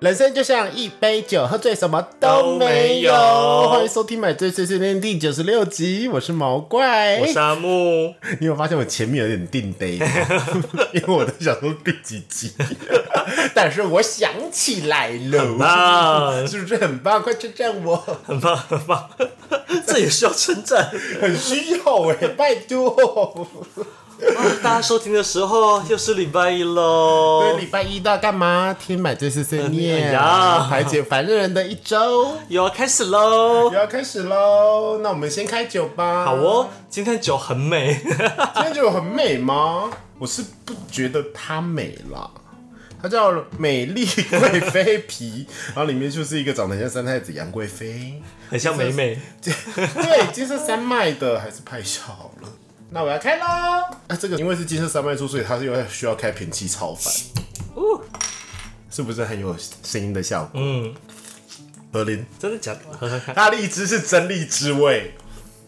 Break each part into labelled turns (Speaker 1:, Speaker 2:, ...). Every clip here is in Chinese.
Speaker 1: 人生就像一杯酒，喝醉什么都没有。
Speaker 2: 都没有
Speaker 1: 欢迎收听《买醉碎碎念》第九十六集，我是毛怪。
Speaker 2: 我是啊阿木，
Speaker 1: 你有发现我前面有点定呆吗， 因为我在想说第几集， 但是我想起来了，
Speaker 2: 棒
Speaker 1: 是不是很棒？快称赞我，
Speaker 2: 很棒很棒， 这也需要称赞。
Speaker 1: 很需要哎、拜 托。
Speaker 2: 哇哦大家收听的时候又是礼拜一
Speaker 1: 所
Speaker 2: 喽
Speaker 1: 以，礼拜一都要干嘛？听《买醉碎碎
Speaker 2: 哦哎
Speaker 1: 念》
Speaker 2: 呀
Speaker 1: 排解烦人的一 周。
Speaker 2: 又要开始喽
Speaker 1: 也。要开始喽，那我们先开酒吧。
Speaker 2: 好，哦，今天酒很美，
Speaker 1: 今天酒很美吗？我是不觉得它美啦。它叫美丽贵妃皮， 然后里面就是一个长得很像三太子杨贵妃。
Speaker 2: 很像美美。
Speaker 1: 对，金色山脉的还是派小了。那我要开喽！啊，这个因为是金色山脉出，所以它是又需要开瓶器超烦，
Speaker 2: 哦，
Speaker 1: 是不是很有声音的效果？
Speaker 2: 嗯，
Speaker 1: 何林，
Speaker 2: 真的假的？喝喝看。
Speaker 1: 它荔枝是真荔枝味。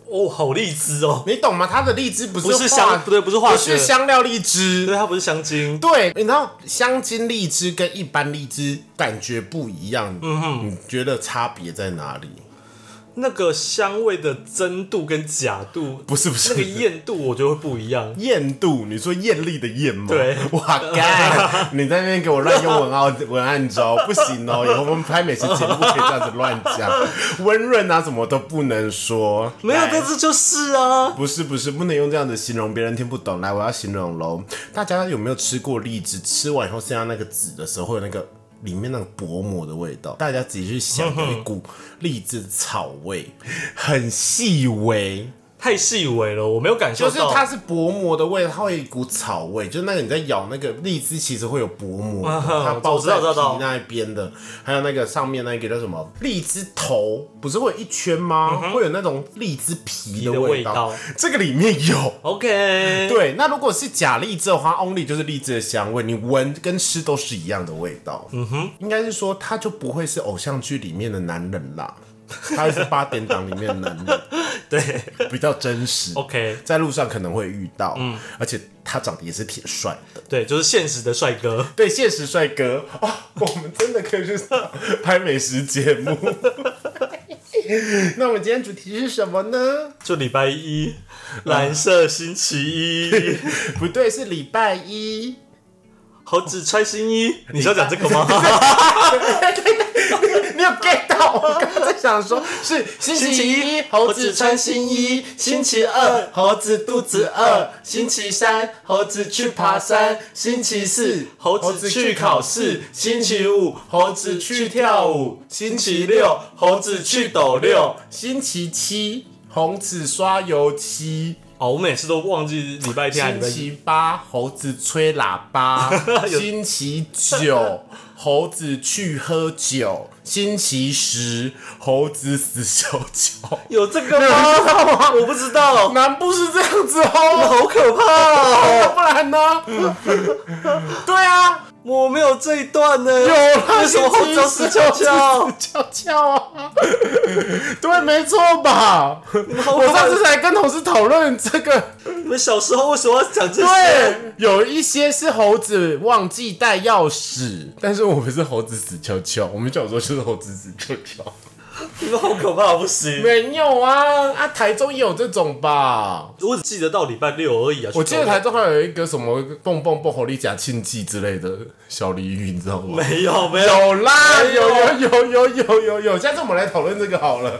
Speaker 2: 哦，好荔枝哦。
Speaker 1: 你懂吗？它的荔枝不是
Speaker 2: 不是
Speaker 1: 化
Speaker 2: 香不对不是化
Speaker 1: 不
Speaker 2: 学
Speaker 1: 是香料荔
Speaker 2: 对，
Speaker 1: 枝。
Speaker 2: 它不是香精。
Speaker 1: 对，你知道香精荔枝跟一般荔枝感觉不一样，嗯哼，你觉得差别在哪里？
Speaker 2: 那个香味的真度跟假度，
Speaker 1: 不是不是
Speaker 2: 那个艳度，我觉得会不一样。
Speaker 1: 艳度，你说艳丽的艳吗？
Speaker 2: 对
Speaker 1: 哇干，你在那边给我乱用文案文案 招，不行哦！以后我们拍美食节目不可以这样子乱讲，温润啊什么都不能说，哎
Speaker 2: 没有，
Speaker 1: 来
Speaker 2: 但是就是啊，
Speaker 1: 不是不是，不能用这样子形容，别人听不懂。来，我要形容喽。大家有没有吃过荔枝？吃完以后剩下那个籽的时候，会有那个里面那个薄膜的味道。大家自己去想，有一股荔枝草味，很细微，
Speaker 2: 太细微了，我没有感受
Speaker 1: 就
Speaker 2: 到。
Speaker 1: 是它是薄膜的味道，它会有一股草味，就是那个你在咬那个荔枝，其实会有薄膜的，
Speaker 2: 嗯哼
Speaker 1: 它包
Speaker 2: 我知
Speaker 1: 在
Speaker 2: 道知
Speaker 1: 皮
Speaker 2: 道
Speaker 1: 那一边的，还有那个上面那个叫什么荔枝头，不是会有一圈吗？会有那种荔枝皮的
Speaker 2: 嗯的
Speaker 1: 味
Speaker 2: 味
Speaker 1: 道
Speaker 2: 道，
Speaker 1: 这个里面有。
Speaker 2: OK，
Speaker 1: 对，那如果是假荔枝的话，only 就是荔枝的香味，你闻跟吃都是一样的味道。嗯哼，应该是说他就不会是偶像剧里面的男人啦，他会是八点档里面的男 人，
Speaker 2: 对
Speaker 1: 比较真实。
Speaker 2: ，OK，
Speaker 1: 在路上可能会遇到，哦嗯，而且他长得也是挺帅的，
Speaker 2: 对，就是现实的帅哥。
Speaker 1: 对，现实帅哥哦，我们真的可以去拍美食节 目。那我们今天主题是什么呢？
Speaker 2: 就礼拜一，
Speaker 1: 嗯
Speaker 2: 蓝色 星期一，
Speaker 1: 不对，是礼拜一。
Speaker 2: 猴子穿新衣。你是要讲这个吗？
Speaker 1: 你有 get 到？我刚刚在想说，是 星期一猴子穿新衣，星期二猴子肚子饿，星期三猴子去爬山，星期四
Speaker 2: 猴子去考试，星期五猴子去跳舞，星期六猴子去抖六。，
Speaker 1: 星期七猴子刷油漆。
Speaker 2: 哦，我每次都忘记礼拜天还
Speaker 1: 星
Speaker 2: 是礼拜一。
Speaker 1: 期八猴子吹喇 叭，星期九猴子去喝酒，星期十猴子死小脚。
Speaker 2: 有这个吗？ 我不知道，
Speaker 1: 难不是这样子哦？
Speaker 2: 好可怕、 哦！
Speaker 1: 不然呢？ 对啊，
Speaker 2: 我没有这一段呢。
Speaker 1: 有啦，
Speaker 2: 为什么猴子要死翘翘？
Speaker 1: 翘翘啊！对，没错吧？
Speaker 2: 好
Speaker 1: 我上次才跟同事讨论这个，
Speaker 2: 你们小时候为什么要讲这些？
Speaker 1: 对，有一些是猴子忘记带钥匙，但是我们是猴子死翘翘，我们小时候就是猴子死翘翘。
Speaker 2: 你们好可怕，不行。
Speaker 1: 没有啊，啊，台中也有这种吧？
Speaker 2: 我只记得到礼拜六而已啊。
Speaker 1: 我记得台中还有一个什么蹦蹦蹦猴力假庆记之类的小俚语，你知道吗？
Speaker 2: 没有没有，
Speaker 1: 有啦，
Speaker 2: 没
Speaker 1: 有
Speaker 2: 有
Speaker 1: 有有有有有有，下次我们来讨论这个好了。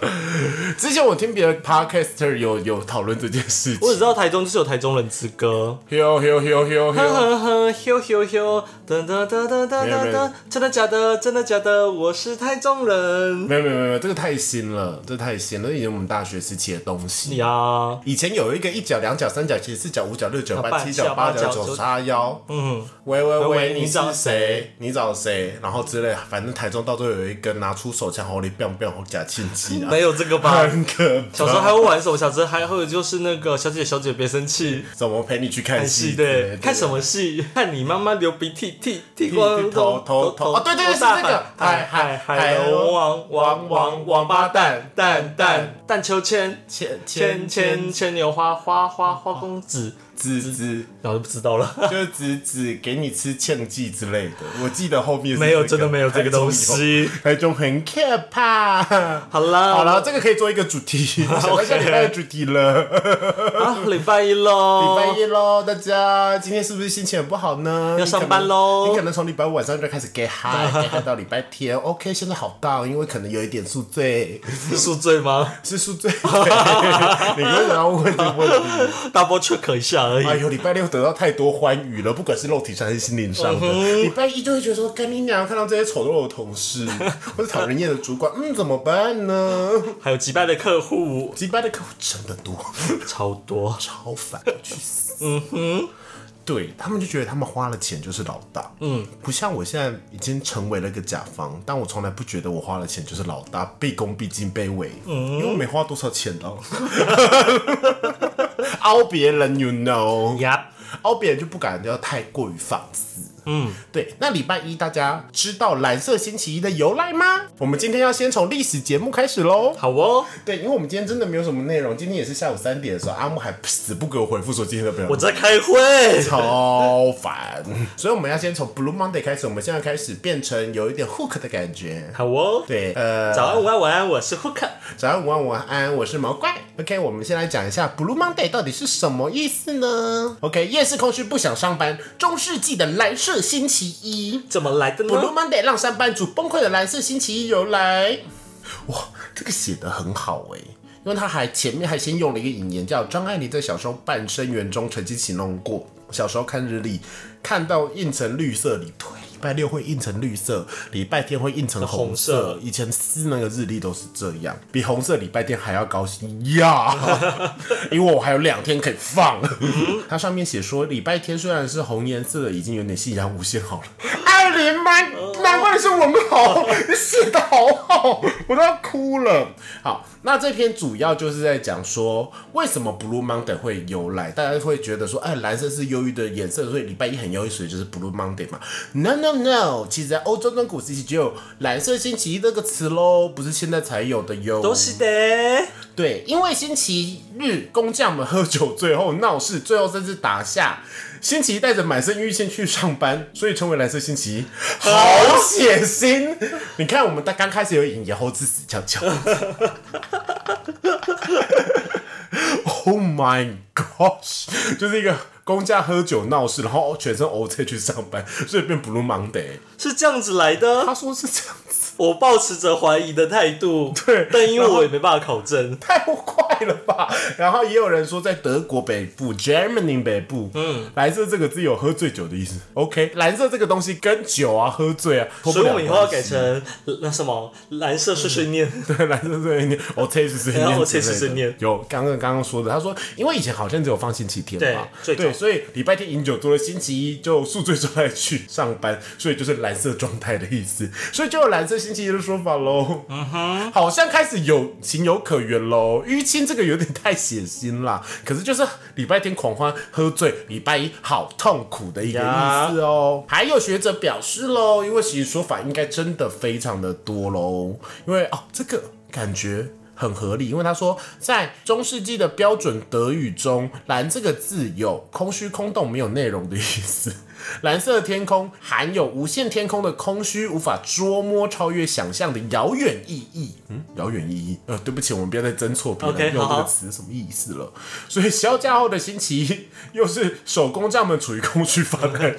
Speaker 1: 之前我听别的 podcaster 有有讨论这件事
Speaker 2: 我只
Speaker 1: 情。
Speaker 2: 知道台中就是有台中人之歌。
Speaker 1: 呦呦呦呦
Speaker 2: 呵
Speaker 1: 呦！
Speaker 2: 呵呵，咻咻咻，噔噔噔噔噔
Speaker 1: 没有没
Speaker 2: 噔
Speaker 1: 有
Speaker 2: 噔，真的假的？真的假的？我是台中人。
Speaker 1: 没有没有没有没有，这个太新了，这太新了，以前我们大学时期的东西。
Speaker 2: 呀，
Speaker 1: 以前有一个一角、两角、三角、其实四角、五角、六角、
Speaker 2: 八
Speaker 1: 八
Speaker 2: 角
Speaker 1: 七角、
Speaker 2: 九
Speaker 1: 八角、
Speaker 2: 角
Speaker 1: 九
Speaker 2: 九
Speaker 1: 叉腰。
Speaker 2: 嗯，
Speaker 1: 喂喂
Speaker 2: 喂
Speaker 1: 喂，
Speaker 2: 喂
Speaker 1: 你
Speaker 2: 你找
Speaker 1: 是谁？你找谁？然后之类，反正台中到最后有一个拿出手枪，吼你 biang biang 吼假庆记啊，
Speaker 2: 没有这 个吧？
Speaker 1: 很可怕。
Speaker 2: 小时候还会玩什么？小时候还会有就是那个小姐小姐别生气，
Speaker 1: 怎么陪你去看
Speaker 2: 看
Speaker 1: 戏？
Speaker 2: 戏
Speaker 1: 对
Speaker 2: 对，，看什么戏？看你妈妈流鼻涕，涕 涕
Speaker 1: 头
Speaker 2: 光
Speaker 1: 头头头哦，对对对，是这个，
Speaker 2: 海海海龙王王王王八蛋蛋蛋荡秋千，
Speaker 1: 千
Speaker 2: 牵牵牵牛花，花花花公子，
Speaker 1: 子子，
Speaker 2: 然后就不知道 了。
Speaker 1: 就是子子给你吃呛剂之类的。我记得后面是
Speaker 2: 没有，
Speaker 1: 这
Speaker 2: 真
Speaker 1: 个
Speaker 2: 的没有这个东。西。
Speaker 1: 台中有台中很可怕。
Speaker 2: 好了，
Speaker 1: 好了，这个可以做一个主题，我想到下礼拜的主题了。
Speaker 2: 啊，礼拜一
Speaker 1: 礼
Speaker 2: 喽，
Speaker 1: 拜一喽，大家今天是不是心情很不好呢？
Speaker 2: 要上班喽
Speaker 1: 你可能从礼拜五晚上就开始 get high，get high 到礼拜天，OK，现在好到，因为可能有一点宿醉，
Speaker 2: 是宿醉吗
Speaker 1: 是宿 醉。你为什么要问这个问题？
Speaker 2: ？Double check 一下而已。
Speaker 1: 哎呦，礼拜六得到太多欢愉了，不管是肉体上还是心灵上的。礼、拜一就会觉得说，干你娘！看到这些丑陋的同 事，或者讨人厌的主管，嗯，怎么办呢？
Speaker 2: 还有击败的客户，
Speaker 1: 击败的客户真的多，
Speaker 2: 超多。
Speaker 1: 超烦，我去死！嗯哼，对他们就觉得他们花了钱就是老大，嗯，不像我现在已经成为了一个甲方，但我从来不觉得我花了钱就是老大，毕恭毕敬卑微，嗯，因为我没花多少钱哦， 凹别人，you know。
Speaker 2: 呀，
Speaker 1: 凹别人就不敢要太过于放肆。嗯，对。那礼拜一大家知道蓝色星期一的由来吗？我们今天要先从历史节目开始喽。
Speaker 2: 好哦，
Speaker 1: 对，因为我们今天真的没有什么内容，今天也是下午三点的时候，阿木还死不给我回复说今天的表
Speaker 2: 我
Speaker 1: 演。
Speaker 2: 在开会。
Speaker 1: 超烦，所以我们要先从 Blue Monday 开始，我们现在开始变成有一点 hook 的感觉。
Speaker 2: 好哦，
Speaker 1: 对，呃，
Speaker 2: 早安、午安、晚安，我是 Hook。
Speaker 1: 早安、午安、晚安，我是毛怪。OK，我们先来讲一下 Blue Monday 到底是什么意思呢？OK，夜市空虚不想上班，中世纪的蓝色星期一
Speaker 2: 怎么来的呢？
Speaker 1: ，Blue Monday 让上班族崩溃的蓝色星期一由来。哇，这个写的很好哎、因为他还前面还先用了一个引言，叫张爱玲在小时候半生缘中曾经形容过，小时候看日历，看到印成绿色里退。礼拜六会印成绿色，礼拜天会印成红色。
Speaker 2: 红色
Speaker 1: 以前撕那个日历都是这样，比红色礼拜天还要高兴呀， 因为我还有两天可以放。它上面写说，礼拜天虽然是红颜色的，已经有点夕阳无限好了。艾琳妈，难怪是我们好，你写的好好，我都要哭了。好，那这篇主要就是在讲说，为什么 Blue Monday 会由来？大家会觉得说，哎，蓝色是忧郁的颜色，所以礼拜一很忧郁，所以就是 Blue Monday 嘛。No No No，其实在欧洲跟古时期就有蓝色星期一这个词喽，不是现在才有的哟。
Speaker 2: 都是的。
Speaker 1: 对，因为星期日工匠们喝酒醉后闹事，最后甚至打架。星期一带着满身郁气去上班，所以称为蓝色星期一。好血腥！你看，我们刚刚开始有引言后，自死翘翘。Oh my gosh！就是一个工匠喝酒闹事，然后全身 O 醉去上班，所以变 Blue Monday。
Speaker 2: 是这样子来的，
Speaker 1: 他说是这样子，
Speaker 2: 我抱持着怀疑的态度，
Speaker 1: 对
Speaker 2: 但因为
Speaker 1: 然后
Speaker 2: 我也没办法考证，
Speaker 1: 太快了吧！然后也有人说，在德国北部 （Germany 北部），嗯，蓝色这个字有喝醉酒的意思。OK，蓝色这个东西跟酒啊、喝醉啊，脱不
Speaker 2: 所以
Speaker 1: 了
Speaker 2: 我们以后要
Speaker 1: 关
Speaker 2: 改
Speaker 1: 系
Speaker 2: 成呃那什么蓝色碎碎念，
Speaker 1: 对蓝色碎念，我碎碎
Speaker 2: 然
Speaker 1: 念，
Speaker 2: 后我切碎碎念
Speaker 1: 有刚刚刚刚说的，他说，因为以前好像只有放星期天吧，
Speaker 2: 对最早
Speaker 1: 对，所以礼拜天饮酒多了，星期一就宿醉状态去上班，所以就是蓝色状态的意思，所以就有蓝色星期一的说法喽。嗯哼，好像开始有情有可原喽。淤青这个有点太血腥啦，可是就是礼拜天狂欢喝醉，礼拜一好痛苦的一个
Speaker 2: 呀
Speaker 1: 意思哦。还有学者表示喽，因为其实说法应该真的非常的多喽，因为哦这个感觉。很合理，因为他说，在中世纪的标准德语中，“蓝”这个字有空虚、空洞、没有内容的意思。 蓝色天空含有无限天空的空虚，无法捉摸、超越想象的遥远意义。嗯，遥远意义。呃，对不起，我们不要再争错别
Speaker 2: OK，
Speaker 1: 人用这
Speaker 2: 好
Speaker 1: 个词什么意思了。所以休假后的星期一，又是手工匠们处于空虚发呆。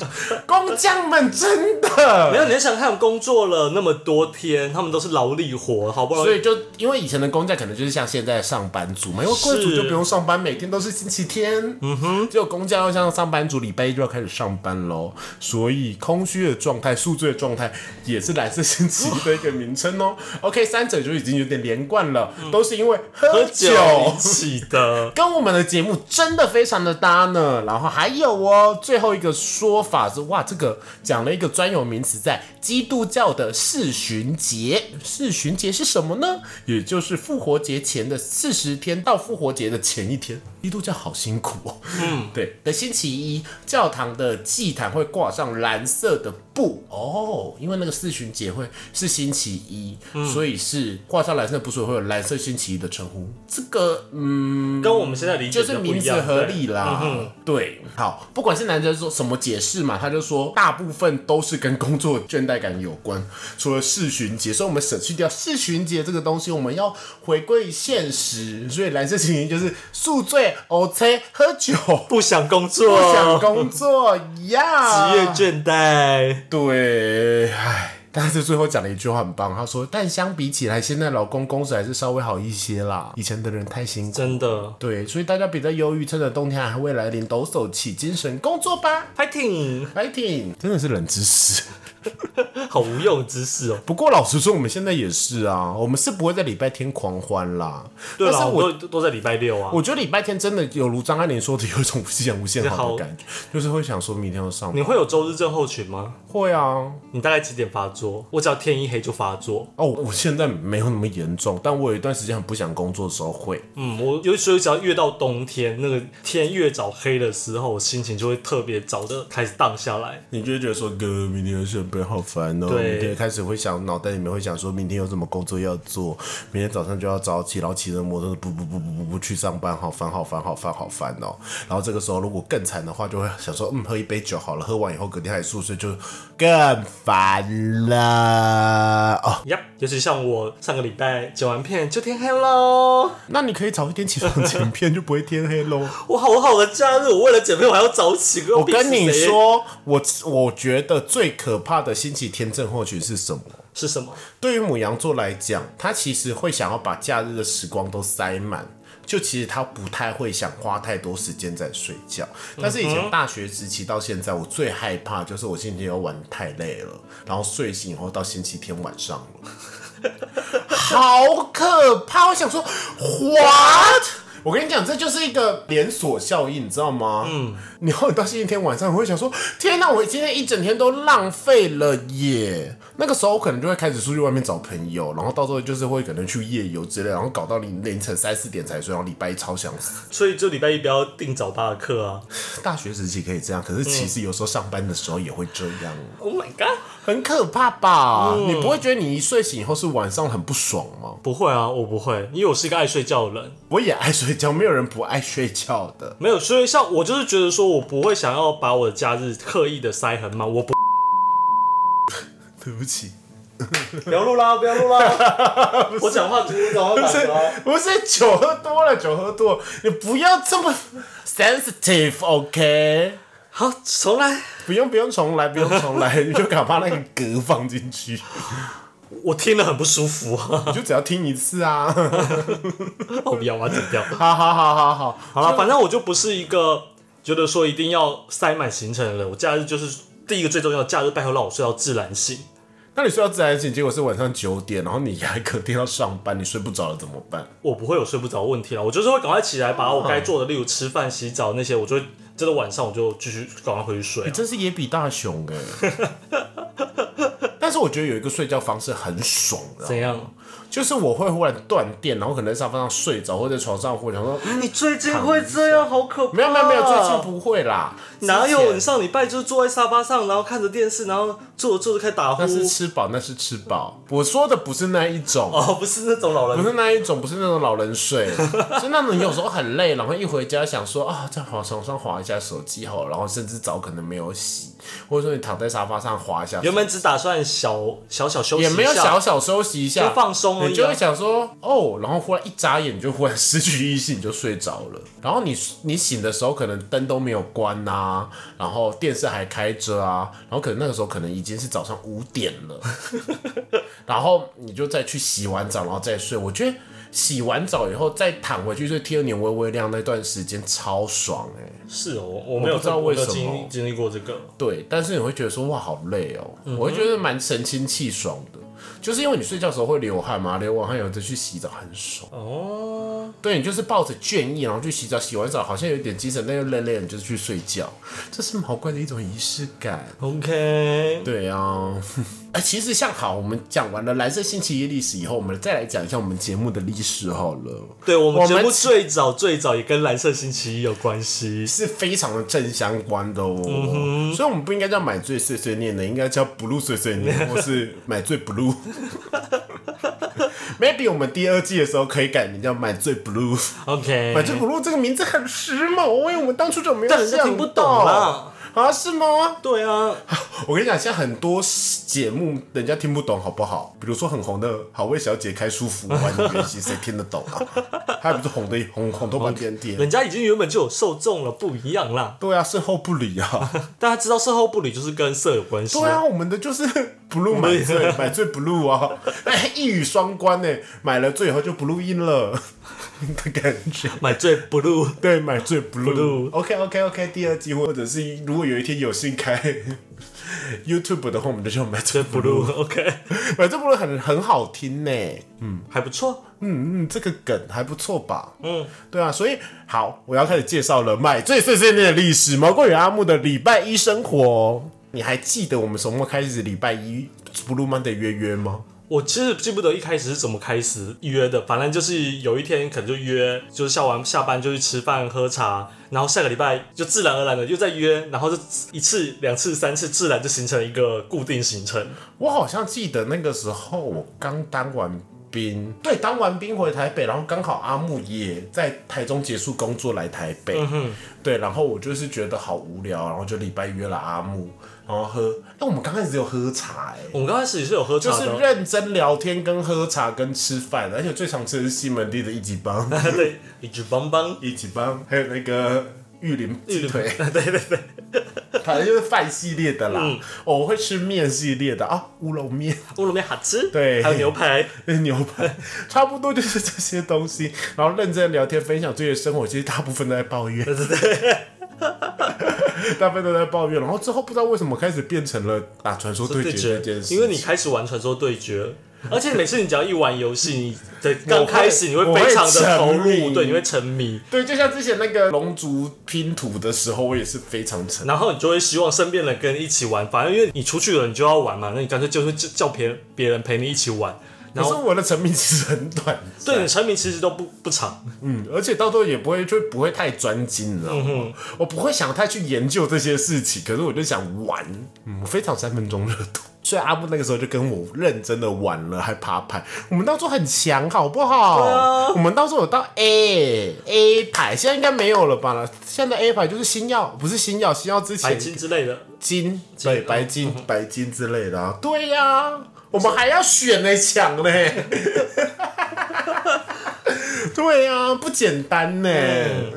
Speaker 1: 工匠们真的
Speaker 2: 没有，你要想看工作了那么多天，他们都是劳力活，好不容
Speaker 1: 所
Speaker 2: 易
Speaker 1: 以就因为以前的工价可能就是像现在的上班族嘛，因为贵族
Speaker 2: 是
Speaker 1: 就不用上班，每天都是星期天。嗯哼，只有工价要像上班族，礼拜一就要开始上班喽。所以空虚的状态、宿醉的状态也是蓝色星期一的一个名称哦。OK，三者就已经有点连贯了，都是因为嗯喝
Speaker 2: 喝
Speaker 1: 酒。
Speaker 2: 酒。一起的
Speaker 1: 跟我们的节目真的非常的搭呢。然后还有哦，最后一个说法是，哇，这个讲了一个专有名词，在基督教的四旬节。四旬节是什么呢？也就是复活节前的四十天到复活节的前一天。基督教好辛苦哦。嗯， 对。的星期一，教堂的祭坛会挂上蓝色的布哦，因为那个四旬节会是星期一，所以是挂上蓝色的布，所以会有蓝色星期一的称呼。这个嗯，
Speaker 2: 跟我们现在理解
Speaker 1: 就
Speaker 2: 的
Speaker 1: 是
Speaker 2: 不一
Speaker 1: 名
Speaker 2: 样
Speaker 1: 字合理啦。
Speaker 2: 对嗯哼
Speaker 1: 对，好，不管是男生说什么解释嘛，他就说大部分都是跟工作倦怠感有关，除了世巡节，所以我们舍去掉世巡节这个东西，我们要回归现实，所以蓝色情形就是宿醉、偶醉、喝 酒。
Speaker 2: 不想工作，
Speaker 1: 不想工作呀，
Speaker 2: 啊职业倦怠。
Speaker 1: 对，唉，但是最后讲了一句话很棒，他说：“但相比起来，现在老公公司还是稍微好一些啦，以前的人太辛苦。”
Speaker 2: 真的，
Speaker 1: 对，所以大家别再忧郁，趁着冬天还会来临，抖擞起精神工作吧。
Speaker 2: fighting，
Speaker 1: fighting 真的是冷知识，
Speaker 2: 好无用的知识哦。
Speaker 1: 不过老实说，我们现在也是啊，我们是不会在礼拜天狂欢啦。
Speaker 2: 对
Speaker 1: 但
Speaker 2: 啦，
Speaker 1: 是我
Speaker 2: 我都都在礼拜六啊。
Speaker 1: 我觉得礼拜天真的有如张爱玲说的，有一种不是讲无限好的 感觉，就是会想说明天要上班。
Speaker 2: 你会有周日症候群吗？
Speaker 1: 会啊，
Speaker 2: 你大概几点发作？我只要天一黑就发作。
Speaker 1: 哦，我现在没有那么严重，但我有一段时间很不想工作的时候会。
Speaker 2: 嗯，我尤其是只要越到冬天，那个天越早黑的时候，我心情就会特别早的开始荡下来。
Speaker 1: 你就会觉得说，哥，明天要上班好烦哦。
Speaker 2: 对
Speaker 1: 明天开始会想，脑袋里面会想说，明天有什么工作要做，明天早上就要早起，然后骑着摩托车不不不不不不去上班，好烦好烦好烦好烦哦。然后这个时候如果更惨的话，就会想说，嗯，喝一杯酒好了，喝完以后隔天还宿醉，就更烦了哦。
Speaker 2: 呀，尤其像我上个礼拜剪完片就天黑喽，
Speaker 1: 那你可以早一点起床剪片，就不会天黑喽。
Speaker 2: 我好好的假日，我为了剪片我还要早起，
Speaker 1: 我跟你
Speaker 2: 逼死谁
Speaker 1: 说，我我觉得最可怕的星期天症候群是什么？
Speaker 2: 是什么？
Speaker 1: 对于母羊座来讲，他其实会想要把假日的时光都塞满。就其实他不太会想花太多时间在睡觉，但是以前大学时期到现在，我最害怕就是我星期天玩太累了，然后睡醒以后到星期天晚上了，好可怕！我想说，what？我跟你讲，这就是一个连锁效应，你知道吗？嗯，然后你到星期天晚上，我会想说，天哪，我今天一整天都浪费了耶。那个时候我可能就会开始出去外面找朋友，然后到时候就是会可能去夜游之类，然后搞到凌凌晨三四点才睡，然后礼拜一超想死。
Speaker 2: 所以就礼拜一不要定早八的课啊。
Speaker 1: 大学时期可以这样，可是其实有时候上班的时候也会这样，
Speaker 2: Oh my god！
Speaker 1: 很可怕吧？你不会觉得你一睡醒以后是晚上很不爽吗？
Speaker 2: 不会啊，我不会，因为我是一个爱睡觉的人。
Speaker 1: 我也爱睡觉，没有人不爱睡觉的。
Speaker 2: 没有，所以像我就是觉得说，我不会想要把我的假日刻意的塞很满，我不
Speaker 1: 对不起。
Speaker 2: 不要录啦，不要录啦， 我讲话就是讲话打嗝啊
Speaker 1: 不是酒喝多了，酒喝多了，你不要这么 sensitive，OK？、
Speaker 2: 好，重来。
Speaker 1: 不用不用重来，不用重来，你就敢把那个嗝放进 去，
Speaker 2: 我听了很不舒服 啊，
Speaker 1: 你就只要听一次啊！
Speaker 2: 我不要，我要剪掉。
Speaker 1: 好好好好好，
Speaker 2: 好了，反正我就不是一个觉得说一定要塞满行程的人，我假日就是第一个最重要的，假日拜托让我睡到自然醒。
Speaker 1: 那你睡到自然醒，结果是晚上九点，然后你还隔天要上班，你睡不着了怎么办？
Speaker 2: 我不会有睡不着的问题了，我就是会赶快起来把我该做的，例如吃饭、洗澡那些，我就会真的晚上我就继续赶快回去睡啊、
Speaker 1: 你真是野比大雄哎、 但是我觉得有一个睡觉方式很爽的，
Speaker 2: 怎样？
Speaker 1: 就是我会忽然断电，然后可能在沙发上睡着，或者在床上，或者想说、嗯、
Speaker 2: 你最近会这样，好可怕！啊
Speaker 1: 没有没有没有，最近不会啦，
Speaker 2: 哦哪
Speaker 1: 之
Speaker 2: 有？
Speaker 1: 前
Speaker 2: 你上礼拜就是坐在沙发上，然后看着电视，然后坐着坐着开始打呼
Speaker 1: 那。是吃饱，那是吃饱。我说的不是那一种，
Speaker 2: 哦，不是那种老
Speaker 1: 不
Speaker 2: 人，
Speaker 1: 是那一种，不是那种老人睡， 是那种有时候很累，然后一回家想说啊，在滑床上滑一下手机好了，然后甚至澡可能没有洗，或者说你躺在沙发上滑一下，
Speaker 2: 原本只打算小小小休息一
Speaker 1: 也
Speaker 2: 下，
Speaker 1: 没有小小休息一下，
Speaker 2: 就放松而已啊
Speaker 1: 你就会想说哦，然后忽然一眨眼，你就忽然失去意识，你就睡着了。然后你你醒的时候，可能灯都没有关呐、然后电视还开着啊，然后可能那个时候可能已经是早上五点 了，然后你就再去洗完澡，然后再睡。我觉得洗完澡以后再躺回去睡，第二年微微亮那段时间超爽哎、
Speaker 2: 是哦，我没
Speaker 1: 我
Speaker 2: 有
Speaker 1: 不知道为什么
Speaker 2: 我没有经经历过这个。
Speaker 1: 对，但是你会觉得说哇好累哦、我会觉得蛮神清气爽的，就是因为你睡觉的时候会流汗嘛，流完汗有的去洗澡很爽。
Speaker 2: 哦，
Speaker 1: 对你就是抱着倦意，然后去洗澡，洗完澡好像有点精神，但又累累的，你就是去睡觉，这是毛怪的一种仪式感。
Speaker 2: OK，
Speaker 1: 对啊， 哎，其实像好，我们讲完了蓝色星期一历史以后，我们再来讲一下我们节目的历史好了。
Speaker 2: 对我们
Speaker 1: 我
Speaker 2: 节
Speaker 1: 们
Speaker 2: 目最早最早也跟蓝色星期一有关系，
Speaker 1: 是非常的正相关的哦，
Speaker 2: 嗯
Speaker 1: 所以我们不应该叫买醉碎碎念的，应该叫 blue 碎碎念，或 是买醉 blue。Maybe 我们第二季的时候可以改名叫买醉 blue，
Speaker 2: 哎 OK，
Speaker 1: 买醉 blue 这个名字很时髦，哦因为我们当初就没有
Speaker 2: 但人家
Speaker 1: 想
Speaker 2: 听不懂
Speaker 1: 到
Speaker 2: 啦。
Speaker 1: 啊，是吗？
Speaker 2: 对啊，
Speaker 1: 我跟你讲，现在很多节目人家听不懂，好不好？比如说很红的《好味小姐开舒服玩你原型》，谁听得懂 啊？还不是红的红红头版天天。
Speaker 2: 人家已经原本就有受众了，不一样啦。
Speaker 1: 对啊，事后不理啊。
Speaker 2: 大家知道售后不理就是跟色有关系，
Speaker 1: 对啊，我们的就是 blue 买醉，买醉 blue 啊， 哎，一语双关呢，买了醉以后就 blue in 了 的感觉。
Speaker 2: 买最 blue。
Speaker 1: 对，买醉 blue。
Speaker 2: Blue
Speaker 1: OK OK OK，第二季或者是如果有一天有幸开 YouTube 的话，我们就叫买醉
Speaker 2: 最
Speaker 1: blue。
Speaker 2: blue，OK，、
Speaker 1: 买醉 blue 很很好听欸呢。
Speaker 2: 还不错。
Speaker 1: 嗯嗯，这个梗还不错吧？
Speaker 2: 嗯，
Speaker 1: 对啊，所以好，我要开始介绍了买醉碎碎念的历史，毛怪与阿木的礼拜一生活。你还记得我们从什么开始礼拜一 Blue Monday 约约吗？
Speaker 2: 我其实记不得一开始是怎么开始约的，反正就是有一天可能就约，就是下完下班就去吃饭喝茶，然后下个礼拜就自然而然的又再约，然后就一次、两次、三次，自然就形成一个固定行程。
Speaker 1: 我好像记得那个时候我刚当完兵，对，当完兵回台北，然后刚好阿木也在台中结束工作来台北，对，然后我就是觉得好无聊，然后就礼拜约了阿木，然后喝，哎，我们刚开始有喝茶、哎。
Speaker 2: 我们刚开始也是有喝
Speaker 1: 就
Speaker 2: 茶
Speaker 1: 是
Speaker 2: 的哦，
Speaker 1: 认真聊天、跟喝茶、跟吃饭，而且最常吃的是西门町的一级棒，
Speaker 2: 对，一直邦邦，
Speaker 1: 一级棒，还有那个玉林鸡 腿，
Speaker 2: 对对对，
Speaker 1: 反正就是饭系列的啦。哦，我会吃面系列的啊，乌龙面、
Speaker 2: 乌龙面好吃，
Speaker 1: 对
Speaker 2: 还有牛排，
Speaker 1: 牛排，差不多就是这些东西。然后认真聊天，分享自己的生活，其实大部分都在抱怨，
Speaker 2: 对对对，
Speaker 1: 大部分都在抱怨。然后之后不知道为什么开始变成了打传说对决这件事，
Speaker 2: 因为你。开始玩传说对决，而且每次你只要一玩游戏，你的
Speaker 1: 我会
Speaker 2: 刚开始你会
Speaker 1: 我会
Speaker 2: 非常的投
Speaker 1: 沉迷
Speaker 2: 入，对，你会沉迷，
Speaker 1: 对，就像之前那个龙族拼图的时候，我也是非常沉
Speaker 2: 然后你就会希望身边的人跟你一起玩，反正因为你出去了，你就要玩嘛，那你干脆就是叫叫别别人陪你一起玩，然
Speaker 1: 可是
Speaker 2: 后
Speaker 1: 我的沉迷其实很短暂，
Speaker 2: 对你沉迷其实都不不长，
Speaker 1: 嗯，而且到最后也不会就不会太专精，你知道吗？我不会想太去研究这些事情，可是我就想玩，嗯，我非常三分钟热度。 所以阿布那个时候就跟我认真的玩了，还爬牌。我们当初很强，好不好？我们当初有到 A A 牌，现在应该没有了吧？现在 A 牌就是星耀，不是星耀，星耀之前
Speaker 2: 白金之类的，
Speaker 1: 金对白
Speaker 2: 嗯
Speaker 1: 金、白金之类的、啊。对呀、我们还要选呢、抢呢、 对呀、不简单呢、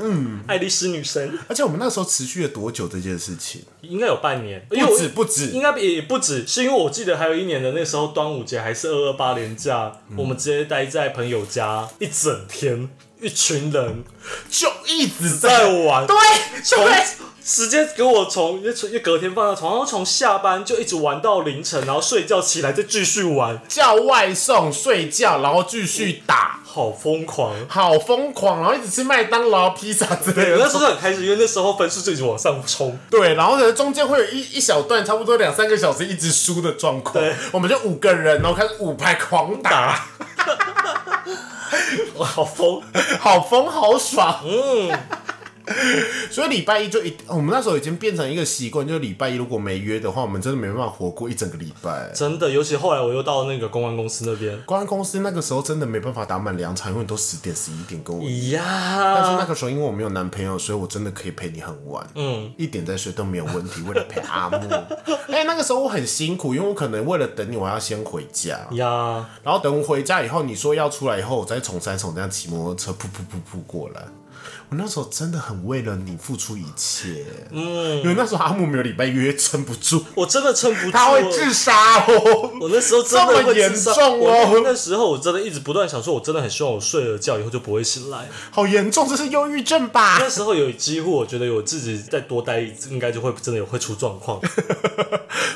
Speaker 2: 嗯爱丽丝女神
Speaker 1: 而且我们那时候持续了多久这件事情？
Speaker 2: 应该有半年，因为
Speaker 1: 嗯不
Speaker 2: 我
Speaker 1: 止不止，
Speaker 2: 应该也不止，是因为我记得还有一年的那时候端午节还是二二八连假，
Speaker 1: 嗯
Speaker 2: 我们直接待在朋友家一整天，一群人
Speaker 1: 就一直在
Speaker 2: 在玩，
Speaker 1: 对
Speaker 2: 从
Speaker 1: 对。
Speaker 2: 直接给我从就从就隔天放到床，然后从下班就一直玩到凌晨，然后睡觉起来再继续玩，
Speaker 1: 叫外送、睡觉，然后继续打，
Speaker 2: 好疯狂。
Speaker 1: 好疯狂，然后一直吃麦当劳、披萨之类
Speaker 2: 对，那
Speaker 1: 的。
Speaker 2: 时候很开始，因为那时候分数就一直往上冲。
Speaker 1: 对，然后呢，中间会有一一小段，差不多两三个小时一直输的状况
Speaker 2: 对。
Speaker 1: 我们就五个人，然后开始五排狂打。
Speaker 2: 哇，好疯！
Speaker 1: 好疯好爽，嗯。 所以礼拜一就一，我们那时候已经变成一个习惯，就是礼拜一如果没约的话，我们真的没办法活过一整个礼拜。
Speaker 2: 真的，尤其后来我又到那个公关公司那边，
Speaker 1: 公安公司那个时候真的没办法打满两场，因为都十点十一点跟我。但是那
Speaker 2: 呀，
Speaker 1: 个时候因为我没有男朋友，所以我真的可以陪你很晚，嗯，一点再睡都没有问题。为了陪 阿木，哎、那个时候我很辛苦，因为我可能为了等你，我要先回家，
Speaker 2: 呀，
Speaker 1: 然后等我回家以后，你说要出来以后，我再从三重这样骑摩托车噗噗噗噗过来。我那时候真的很为了你付出一切，嗯，因为那时候阿木没有礼拜约，撑不住，
Speaker 2: 我真的撑不住，
Speaker 1: 他会自杀哦。
Speaker 2: 我那时候真的
Speaker 1: 这么
Speaker 2: 会自杀
Speaker 1: 严重哦
Speaker 2: 我那那时候我真的一直不断想说，我真的很希望我睡了觉以后就不会醒来。
Speaker 1: 好严重，这是忧郁症吧？
Speaker 2: 那时候有几乎，我觉得我自己再多待一次，应该就会真的有会出状况。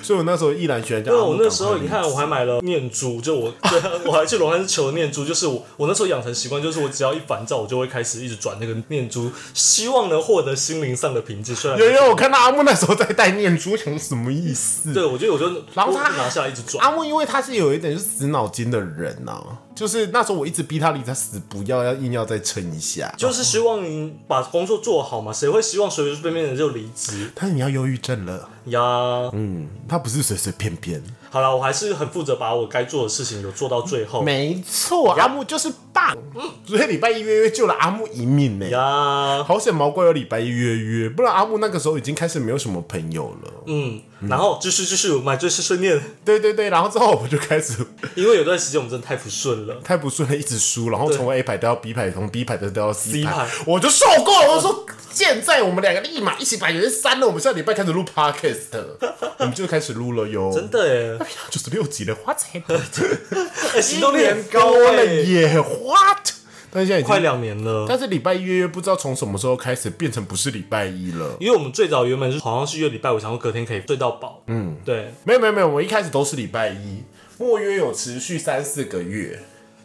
Speaker 1: 所以我那时候毅然决然叫
Speaker 2: 因为
Speaker 1: 阿木
Speaker 2: 我那时候
Speaker 1: 赶快
Speaker 2: 你
Speaker 1: 离
Speaker 2: 看，我还买了念珠，就 我对，我还去龙山寺求念珠，就是我我那时候养成习惯，就是我只要一烦躁，我就会开始一直转那个念念珠，希望能获得心灵上的平静。虽然
Speaker 1: 有有，我看到阿木那时候在戴念珠，我想说什么意思？
Speaker 2: 对我觉得我就
Speaker 1: 然后他
Speaker 2: 拿下来一直转，
Speaker 1: 阿木因为他是有一点是死脑筋的人呐、啊就是那时候我一直逼他离他死不要，要硬要再撑一下。
Speaker 2: 就是希望你把工作做好嘛。谁会希望随随便便的就离职
Speaker 1: 但是你要忧郁症了，
Speaker 2: 呀？
Speaker 1: 嗯，他不是随随便便。
Speaker 2: 好了，我还是很负责把我该做的事情有做到最后
Speaker 1: 没错，阿木就是棒。哦所以礼拜一约约救了阿木一命呢、
Speaker 2: 呀。
Speaker 1: 好险毛怪有礼拜一约约，不然阿木那个时候已经开始没有什么朋友了。
Speaker 2: 嗯，然后继续继续买醉碎碎念，
Speaker 1: 对对对，然后之后我们就开始
Speaker 2: 因为有段时间我们真的太不顺了。
Speaker 1: 太不顺了，一直输，然后从 A 牌掉到 B 牌，从 B 牌再掉到 C
Speaker 2: 牌
Speaker 1: 牌，我就受够了。我说，现在我们两个立马一起把人删了，我们下礼拜开始录 podcast，我们就开始录了哟。
Speaker 2: 真的耶，
Speaker 1: 九十六集了，what？
Speaker 2: 哎，行动力很 高欸
Speaker 1: 多了
Speaker 2: 耶，
Speaker 1: 耶，what？但是现在已经
Speaker 2: 快两年了。
Speaker 1: 但是礼拜一约约不知道从什么时候开始变成不是礼拜一了。
Speaker 2: 因为我们最早原本是好像是约礼拜五，想说隔天可以睡到饱。嗯，对
Speaker 1: 没有没有没有，我一开始都是礼拜一，莫约有持续三四个月。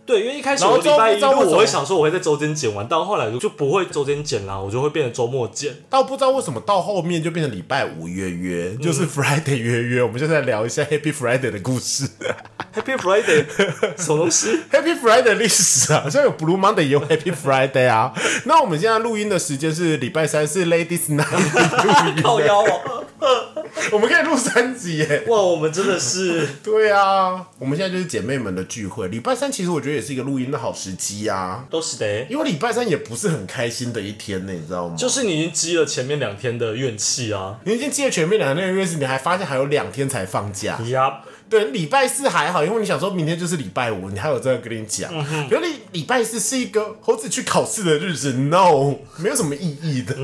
Speaker 2: 对，因为一开始
Speaker 1: 然
Speaker 2: 我
Speaker 1: 后
Speaker 2: 礼拜一
Speaker 1: 周末
Speaker 2: 录，
Speaker 1: 周末
Speaker 2: 我会想说我会在周间剪完，但后来就不会周间剪啦，我就会变成周末剪。
Speaker 1: 到不知道为什么到后面就变成礼拜五约约，就是 Friday 约约。我们现在聊一下 Happy Friday 的故事
Speaker 2: Happy Friday，什么东西？
Speaker 1: ，Happy Friday 的历史啊，好像有 Blue Monday 也有 Happy Friday 啊。那我们现在录音的时间是礼拜三，是 Ladies Night 录
Speaker 2: 靠
Speaker 1: 音的，
Speaker 2: 腰哦！
Speaker 1: 我们可以录三集耶。
Speaker 2: 哇，我们真的是
Speaker 1: 对啊，我们现在就是姐妹们的聚会。礼拜三其实我觉得也是一个录音的好时机啊，
Speaker 2: 都是的，
Speaker 1: 因为礼拜三也不是很开心的一天呢，你知道吗？
Speaker 2: 就是你已经积了前面两天的怨气啊。
Speaker 1: 你已经记了全面两天的月事，你还发现还有两天才放假。
Speaker 2: 呀，
Speaker 1: 对，礼拜四还好，因为你想说明天就是礼拜五，你还有这个跟你讲。原来礼拜四是一个猴子去考试的日子，no，没有什么意义的。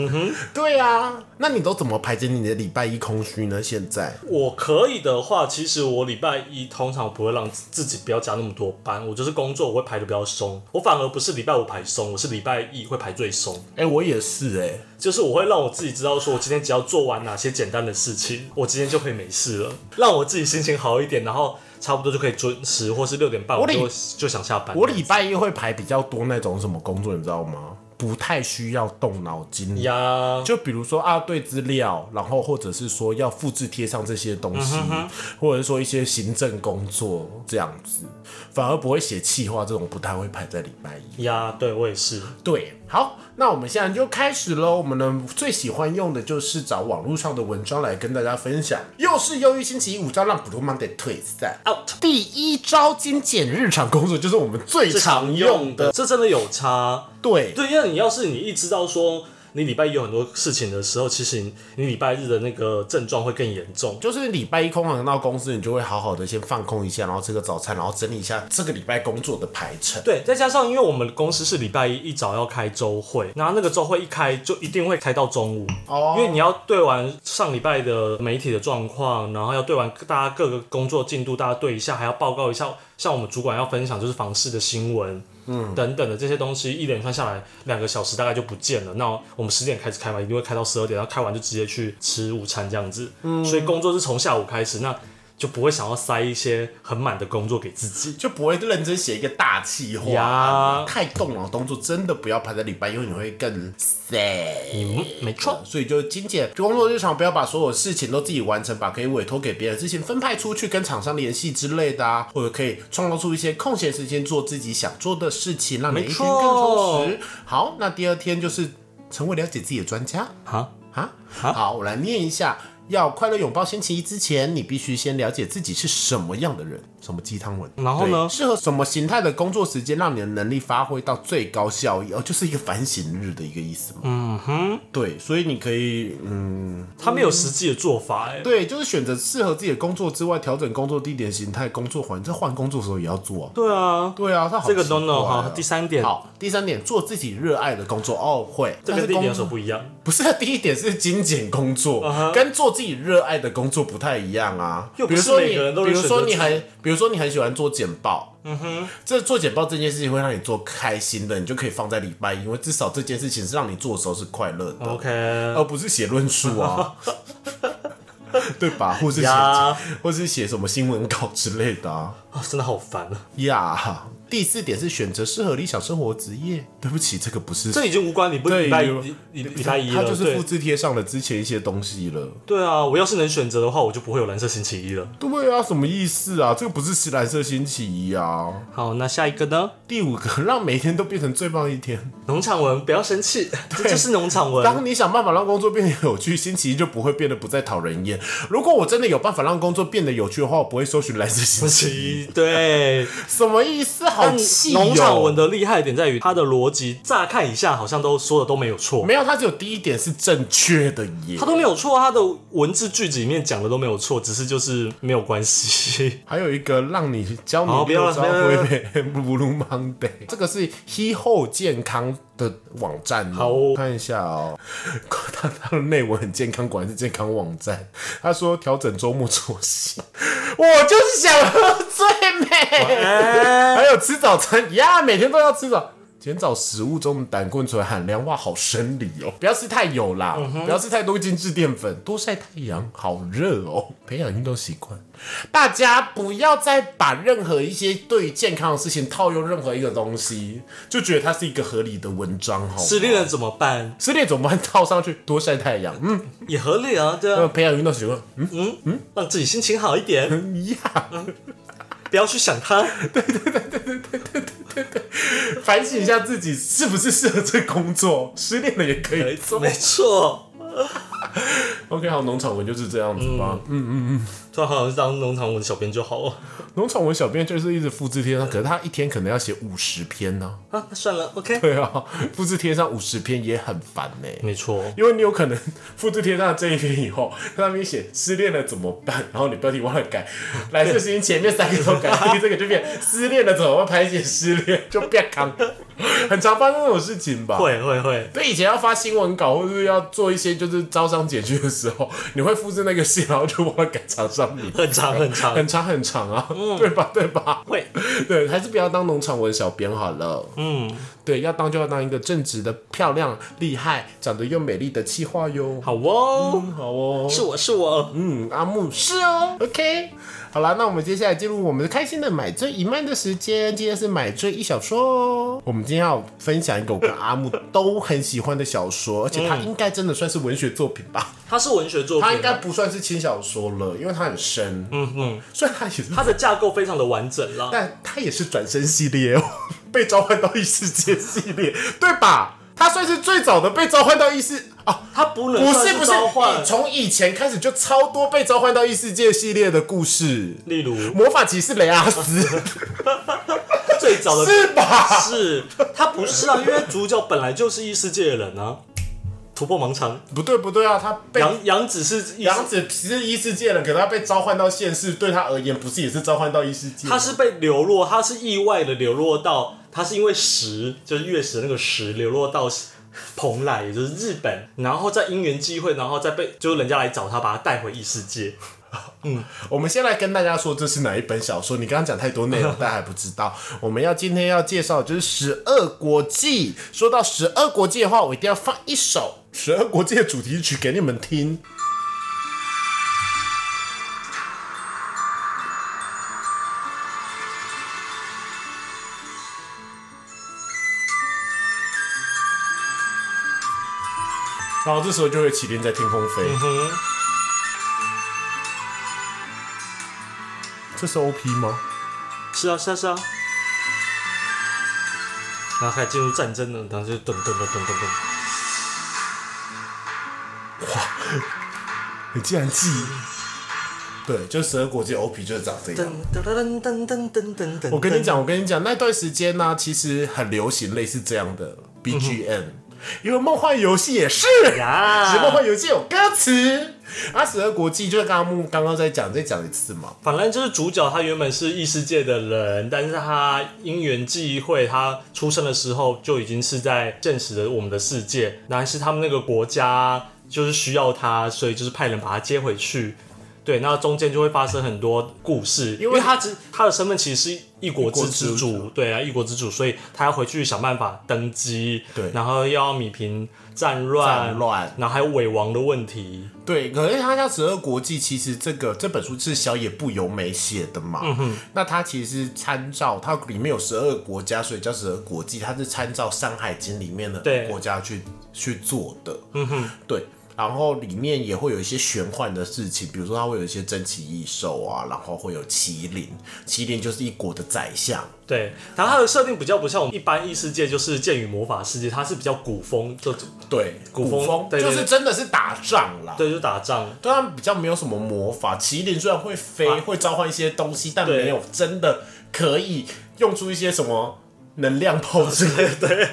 Speaker 1: 对啊，那你都怎么排解你的礼拜一空虚呢？现在
Speaker 2: 我可以的话，其实我礼拜一通常不会让自己不要加那么多班，我就是工作我会排的比较松，我反而不是礼拜五排松，我是礼拜一会排最松。
Speaker 1: 哎、我也是哎、
Speaker 2: 就是我会让我自己知道，说我今天只要做完哪些简单的事情，我今天就可以没事了，让我自己心情好一点，然后差不多就可以准时，或是六点半我
Speaker 1: 我理
Speaker 2: 就就想下班。
Speaker 1: 我礼拜一会排比较多那种什么工作，你知道吗？不太需要动脑筋的
Speaker 2: 呀，
Speaker 1: 就比如说啊，对资料，然后或者是说要复制贴上这些东西，或者是说一些行政工作这样子，反而不会写企划这种，不太会排在礼拜一。
Speaker 2: 呀，对我也是，啊
Speaker 1: 对，好，那我们现在就开始喽。我们呢最喜欢用的就是找网络上的文章来跟大家分享，又是忧郁星期五招让普通忙得退散。
Speaker 2: out
Speaker 1: 第一招精简日常工作，就是我们最
Speaker 2: 最
Speaker 1: 常用的。
Speaker 2: 这真的有差。
Speaker 1: 对，
Speaker 2: 对，因为你要是你一知道说你礼拜一有很多事情的时候，其实你你礼拜日的那个症状会更严重。
Speaker 1: 就是礼拜一空堂到公司，你就会好好的先放空一下，然后吃个早餐，然后整理一下这个礼拜工作的排程。
Speaker 2: 对，再加上因为我们公司是礼拜一一早要开周会，然后那个周会一开就一定会开到中午，
Speaker 1: 哦
Speaker 2: 因为你要对完上礼拜的媒体的状况，然后要对完大家各个工作进度，大家对一下，还要报告一下，像我们主管要分享就是房市的新闻。嗯，等等的这些东西一连串下来，两个小时大概就不见了。那我们十点开始开嘛，一定会开到十二点，然后开完就直接去吃午餐这样子。嗯，所以工作是从下午开始，那就不会想要塞一些很满的工作给自己。啊
Speaker 1: 就不会认真写一个大气
Speaker 2: 呀
Speaker 1: 话，太动脑动作真的不要排在礼拜一，因为你会更 sad。
Speaker 2: 嗯，没错。
Speaker 1: 所以就精简就工作日常，不要把所有事情都自己完成，把可以委托给别人的事情分派出去，跟厂商联系之类的啊，或者可以创造出一些空闲时间做自己想做的事情，让每一
Speaker 2: 没
Speaker 1: 天
Speaker 2: 错
Speaker 1: 更充实。好，那第二天就是成为了解自己的专家。
Speaker 2: 啊，
Speaker 1: 啊，好，我来念一下。要快乐拥抱星期一之前，你必须先了解自己是什么样的人，什么鸡汤文。
Speaker 2: 然后呢
Speaker 1: 对适合什么形态的工作时间，让你的能力发挥到最高效益，哦，就是一个反省日的一个意思嘛。嗯哼，对，所以你可以，嗯，
Speaker 2: 他没有实际的做法哎、
Speaker 1: 对，就是选择适合自己的工作之外，调整工作地点、形态、工作环境。这换工作的时候也要做啊。
Speaker 2: 对啊，
Speaker 1: 对啊，他好
Speaker 2: 这个
Speaker 1: 奇怪
Speaker 2: no-no，
Speaker 1: 啊
Speaker 2: 好第三点
Speaker 1: 好，第三点，做自己热爱的工作。哦，会，
Speaker 2: 这
Speaker 1: 但是
Speaker 2: 跟地点有
Speaker 1: 工
Speaker 2: 什么不一样？
Speaker 1: 不是，第一点是精简工作跟做自己热爱的工作不太一样啊。
Speaker 2: 啊又
Speaker 1: 比
Speaker 2: 不
Speaker 1: 如
Speaker 2: 是
Speaker 1: 说你，
Speaker 2: 每个人都
Speaker 1: 比
Speaker 2: 能
Speaker 1: 如
Speaker 2: 选择
Speaker 1: 说
Speaker 2: 自己
Speaker 1: 你很，比如说你很喜欢做简报，嗯哼，这做简报这件事情会让你做开心的，你就可以放在礼拜一，因为至少这件事情是让你做的时候是快乐的
Speaker 2: 哦 OK，
Speaker 1: 而不是写论述 啊，对吧？或是写
Speaker 2: 呀，
Speaker 1: 或是写什么新闻稿之类的啊，
Speaker 2: 啊真的好烦啊！
Speaker 1: 呀、第四点是选择适合理想生活职业。对不起，这个不是
Speaker 2: 这已经无关你不
Speaker 1: 对
Speaker 2: 礼拜
Speaker 1: 有
Speaker 2: 礼礼礼拜一
Speaker 1: 它
Speaker 2: 了，
Speaker 1: 就是
Speaker 2: 对
Speaker 1: 复制贴上了之前一些东西了。
Speaker 2: 对啊，我要是能选择的话，我就不会有蓝色星期一了。
Speaker 1: 对啊，什么意思啊？这个不是蓝色星期一啊。
Speaker 2: 好，那下一个呢？
Speaker 1: 第五个，让每一天都变成最棒一天。
Speaker 2: 农场文，不要生气，这就是农场文。
Speaker 1: 当你想办法让工作变得有趣，星期一就不会变得不再讨人厌。如果我真的有办法让工作变得有趣的话，我不会搜寻蓝色星期
Speaker 2: 星期一，对。
Speaker 1: 一。什么意思？好
Speaker 2: 但
Speaker 1: 气哦哟、
Speaker 2: 农场文的厉害点在于它的逻辑，乍看以下好像都说的都没有错，
Speaker 1: 没有，它只有第一点是正确的耶
Speaker 2: 它。都没有错，它的文字句子里面讲的都没有错，只是就是没有关 系。
Speaker 1: 还有一个让你教
Speaker 2: 好
Speaker 1: 你
Speaker 2: 不
Speaker 1: 六
Speaker 2: 要了
Speaker 1: 招
Speaker 2: 不要了
Speaker 1: 挥别 Blue Monday，这个是 He 后健康的网站哦，
Speaker 2: 好哦
Speaker 1: 看一下哦。它它的内文很健康，果然是健康网站。他说调整周末作息，我就是想喝醉美。
Speaker 2: 哎，
Speaker 1: 还有吃早餐呀，每天都要吃早。减少食物中的胆固醇含量，哇，好生理哦！不要吃太油啦，不要吃太多精致淀粉，多晒太阳，好热哦！培养运动习惯，大家不要再把任何一些对于健康的事情套用任何一个东西，就觉得它是一个合理的文章哦。
Speaker 2: 失恋了怎么办？
Speaker 1: 失恋怎么办？套上去多晒太阳，嗯，
Speaker 2: 也合理啊，对啊，
Speaker 1: 培养运动习惯，嗯
Speaker 2: 让自己心情好一点，
Speaker 1: 嗯呀，
Speaker 2: 不要去想它。
Speaker 1: 反省一下自己是不是适合这工作，失恋了也可以做
Speaker 2: 没。错，
Speaker 1: OK，好，农场文就是这样子吧。嗯，
Speaker 2: 突然好想去当农场文小编就好啊了。
Speaker 1: 农、场文小编就是一直复制贴上，可是他一天可能要写五十篇呢、
Speaker 2: 啊，那算了，OK。
Speaker 1: 对啊，嗯复制贴上五十篇也很烦呢、
Speaker 2: 没错，
Speaker 1: 因为你有可能复制贴上这一篇以后，在那边写失恋了怎么办，然后你标题忘了 改，来自星前面三个都改，第这个就变失恋了怎么办，排解失恋就变康，很常发生这种事情吧？
Speaker 2: 会会会，
Speaker 1: 对，以前要发新闻稿或者是要做一些就是招商解决的时候，你会复制那个信，然后就忘了改厂商名，
Speaker 2: 很长很长，
Speaker 1: 很长很长啊，对吧？对吧？
Speaker 2: 会，
Speaker 1: 对，还是不要当农场文小编好了。
Speaker 2: 嗯，
Speaker 1: 对，要当就要当一个正直的、漂亮、厉害、长得又美丽的气化哟。
Speaker 2: 好哦，
Speaker 1: 嗯好哦，
Speaker 2: 是我是我，
Speaker 1: 嗯，阿木是哦，OK。好啦，那我们接下来进入我们开心的买醉一漫的时间。今天是买醉一小说哦。我们今天要分享一个我跟阿木都很喜欢的小说，而且它应该真的算是文学作品吧？
Speaker 2: 它是文学作品
Speaker 1: 它
Speaker 2: 啊，
Speaker 1: 应该不算是轻小说了，因为它很深。嗯嗯，虽然它也是
Speaker 2: 它的架构非常的完整啦。
Speaker 1: 但它也是转身系列哦， 被召唤到异世界系列， 对吧？它算是最早的被召唤到异世啊，
Speaker 2: 它不能
Speaker 1: 不
Speaker 2: 算
Speaker 1: 是
Speaker 2: 是哎
Speaker 1: 不是
Speaker 2: 召，唤
Speaker 1: 以，从以前开始就超多被召唤到异世界系列的故事，
Speaker 2: 例如
Speaker 1: 魔法骑士雷阿斯
Speaker 2: 最早的
Speaker 1: 是吧？
Speaker 2: 是它不是啊，因为主角本来就是异世界的人啊。突破盲肠，
Speaker 1: 不对不对啊，他被
Speaker 2: 杨杨子是异世
Speaker 1: 杨子是异世界人，可是他被召唤到现世，对他而言不是也是召唤到异世界？
Speaker 2: 他是被流落，他是意外的流落到，他是因为石，就是月石的那个石流落到蓬莱，也就是日本，然后在因缘机会，然后再被就是人家来找他，把他带回异世界。
Speaker 1: 我们先来跟大家说这是哪一本小说。你刚刚讲太多内容，大家还不知道。我们要今天要介绍的就是《十二国记》。说到《十二国记》的话，我一定要放一首《十二国记》的主题曲给你们听。然后这时候就会麒麟在天空飞，
Speaker 2: 嗯，
Speaker 1: 这是 OP 吗？
Speaker 2: 是啊，是啊，是啊。然后开始进入战争了，然后就咚咚咚咚咚咚，
Speaker 1: 你竟然记？对，就十二国际 OP 就是长这样。
Speaker 2: 噔噔噔噔噔噔噔。
Speaker 1: 我跟你，讲，我跟你讲，那段时间呢、其实很流行类似这样的 BGM，、因为梦幻游戏也是。
Speaker 2: 呀
Speaker 1: 只不过游戏有歌词，啊，十二国际就是刚刚刚刚在讲，再讲一次嘛。
Speaker 2: 反正就是主角他原本是异世界的人，但是他因缘际会，他出生的时候就已经是在现实的我们的世界，但是他们那个国家就是需要他，所以就是派人把他接回去。对，那中间就会发生很多故事，因
Speaker 1: 为
Speaker 2: 为他只他的身份其实是一国之
Speaker 1: 一国之主
Speaker 2: 主，对啊，一国之主，所以他要回去想办法登基，
Speaker 1: 对
Speaker 2: 然后要米平战乱，
Speaker 1: 战乱
Speaker 2: 然后还有伪王的问题，
Speaker 1: 对，可是他叫《十二国际》，其实这个这本书是小野不由美写的嘛。嗯哼。那他其实参照它里面有十二国家，所以叫十二国际，它是参照《山海经》里面的
Speaker 2: 对
Speaker 1: 国家去去做的。嗯哼。对。然后里面也会有一些玄幻的事情，比如说它会有一些珍奇异兽啊，然后会有麒麟，麒麟就是一国的宰相，
Speaker 2: 对，然后它的设定比较不像我们一般异世界，就是剑与魔法世界，它是比较古风这种，
Speaker 1: 对，古
Speaker 2: 古风对对
Speaker 1: 就
Speaker 2: 对
Speaker 1: 是真的是打仗啦，
Speaker 2: 对，就打仗，
Speaker 1: 对他们比较没有什么魔法。麒麟虽然会飞，
Speaker 2: 啊
Speaker 1: 会召唤一些东西，但
Speaker 2: 对
Speaker 1: 没有真的可以用出一些什么能量炮之类 的。对，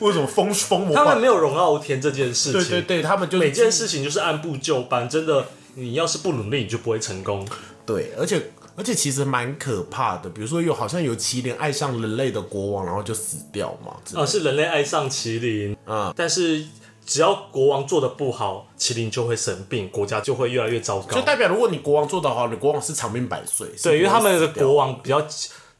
Speaker 1: 为什么风风魔
Speaker 2: 他们
Speaker 1: 法？
Speaker 2: 没有荣耀天这件事情，
Speaker 1: 对对对，他们就是
Speaker 2: 每件事情就是按部就班，真的，你要是不努力，你就不会成功。
Speaker 1: 对，而且而且其实蛮可怕的。比如说有好像有麒麟爱上人类的国王，然后就死掉嘛。之类
Speaker 2: 呃，是人类爱上麒麟，
Speaker 1: 嗯，
Speaker 2: 但是只要国王做的不好，麒麟就会生病，国家就会越来越糟
Speaker 1: 就
Speaker 2: 糕。
Speaker 1: 代表如果你国王做得好，你国王是长命百岁。是
Speaker 2: 对，因为
Speaker 1: 不会
Speaker 2: 他们的
Speaker 1: 死掉
Speaker 2: 国王比较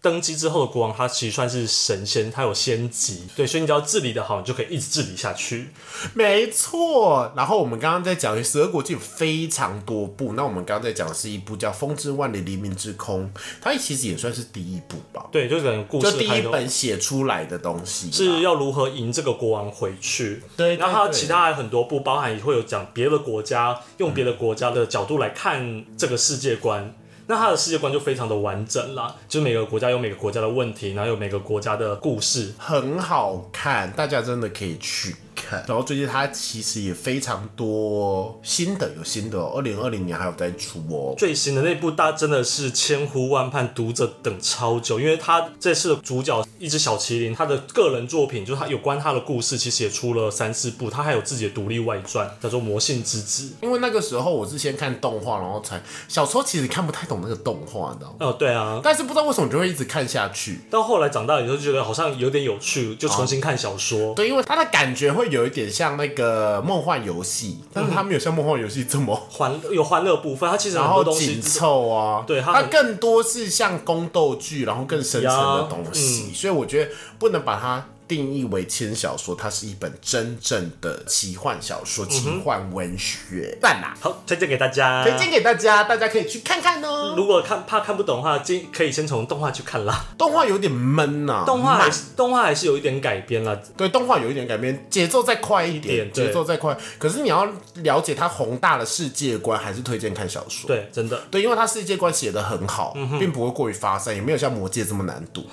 Speaker 2: 登基之后的国王，他其实算是神仙，他有仙籍，对，所以你只要治理的好，你就可以一直治理下去。
Speaker 1: 没错，然后我们刚刚在讲《十二国记》有非常多部，那我们刚刚在讲的是一部叫《风之万里黎明之空》，它其实也算是第一部吧，
Speaker 2: 对，就是等故
Speaker 1: 就
Speaker 2: 事
Speaker 1: 第
Speaker 2: 开
Speaker 1: 一
Speaker 2: 头
Speaker 1: 本写出来的东西啦。
Speaker 2: 是要如何赢这个国王回去。
Speaker 1: 对对
Speaker 2: 然后它
Speaker 1: 对
Speaker 2: 其他还有很多部，包含会有讲别的国家，用别的国家的角度来看这个世界观。那它的世界观就非常的完整啦，就是每个国家有每个国家的问题，然后有每个国家的故事。
Speaker 1: 很好看，大家真的可以去看。然后最近它其实也非常多新的，有新的哦，二零二零年还有在出哦。
Speaker 2: 最新的那部大家真的是千呼万盼，读者等超久，因为他这次的主角一只小麒麟，他的个人作品就是他有关他的故事，其实也出了三四部，他还有自己的独立外传，叫做《魔性之子》。
Speaker 1: 因为那个时候我是先看动画，然后才小时候其实看不太懂那个动画，你知道吗？
Speaker 2: 哦，对啊，
Speaker 1: 但是不知道为什么就会一直看下去。
Speaker 2: 到后来长大以后就觉得好像有点有趣，就重新看小说。
Speaker 1: 对，因为它的感觉会有一点像那个梦幻游戏，但是它没有像梦幻游戏这么，
Speaker 2: 欢有欢乐部分，它其实
Speaker 1: 然
Speaker 2: 嗯很多
Speaker 1: 后
Speaker 2: 东西
Speaker 1: 紧，凑啊。
Speaker 2: 对它
Speaker 1: 它
Speaker 2: 很
Speaker 1: 更多是像宫斗剧，然后更深层的东
Speaker 2: 嗯
Speaker 1: 西，所以我觉得不能把它定义为轻小说，它是一本真正的奇幻小说、奇幻文
Speaker 2: 嗯
Speaker 1: 学，赞啦！
Speaker 2: 好推荐给大家。
Speaker 1: 推荐给大家，大家可以去看看哦。
Speaker 2: 如果看怕看不懂的话，今可以先从动画去看 啦。
Speaker 1: 动画有点闷呐、
Speaker 2: 动画还
Speaker 1: 慢
Speaker 2: 是动画还是有一点改编啦，
Speaker 1: 对，动画有一点改变，节奏再快一
Speaker 2: 一
Speaker 1: 点，
Speaker 2: 点对
Speaker 1: 节奏再快。可是你要了解它宏大的世界观，还是推荐看小说。
Speaker 2: 对，真的。
Speaker 1: 对，因为它世界观写的很好，
Speaker 2: 嗯
Speaker 1: 并不会过于发散，也没有像《魔戒》这么难读。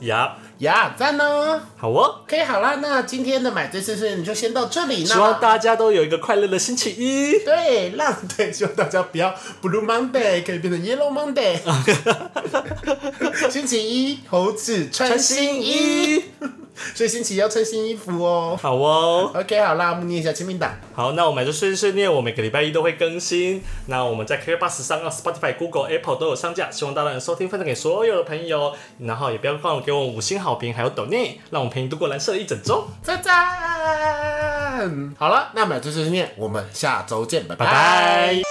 Speaker 2: 呀、
Speaker 1: 呀，赞呢！
Speaker 2: 好哦，
Speaker 1: 可以好啦，那今天的买醉碎碎你就先到这里
Speaker 2: 希望
Speaker 1: 啦。
Speaker 2: 大家都有一个快乐的星期一。
Speaker 1: 对，让对，希望大家不要 Blue Monday 可以变成 Yellow Monday。星期一，猴子穿新衣，，所以星期一要穿新衣服哦。
Speaker 2: 好哦。
Speaker 1: OK，好啦，我们念一下签名档。
Speaker 2: 好，那我们就碎碎念，我每个礼拜一都会更新。那我们在 KK Bus 上、啊 Spotify、Google、Apple 都有上架，希望大家能收听，分享给所有的朋友。然后也不要忘了给我们五星好评，还有抖内，让我们陪你度过蓝色的一整周。
Speaker 1: 赞赞！好了，那买醉碎碎念，我们下周见，拜
Speaker 2: 拜拜。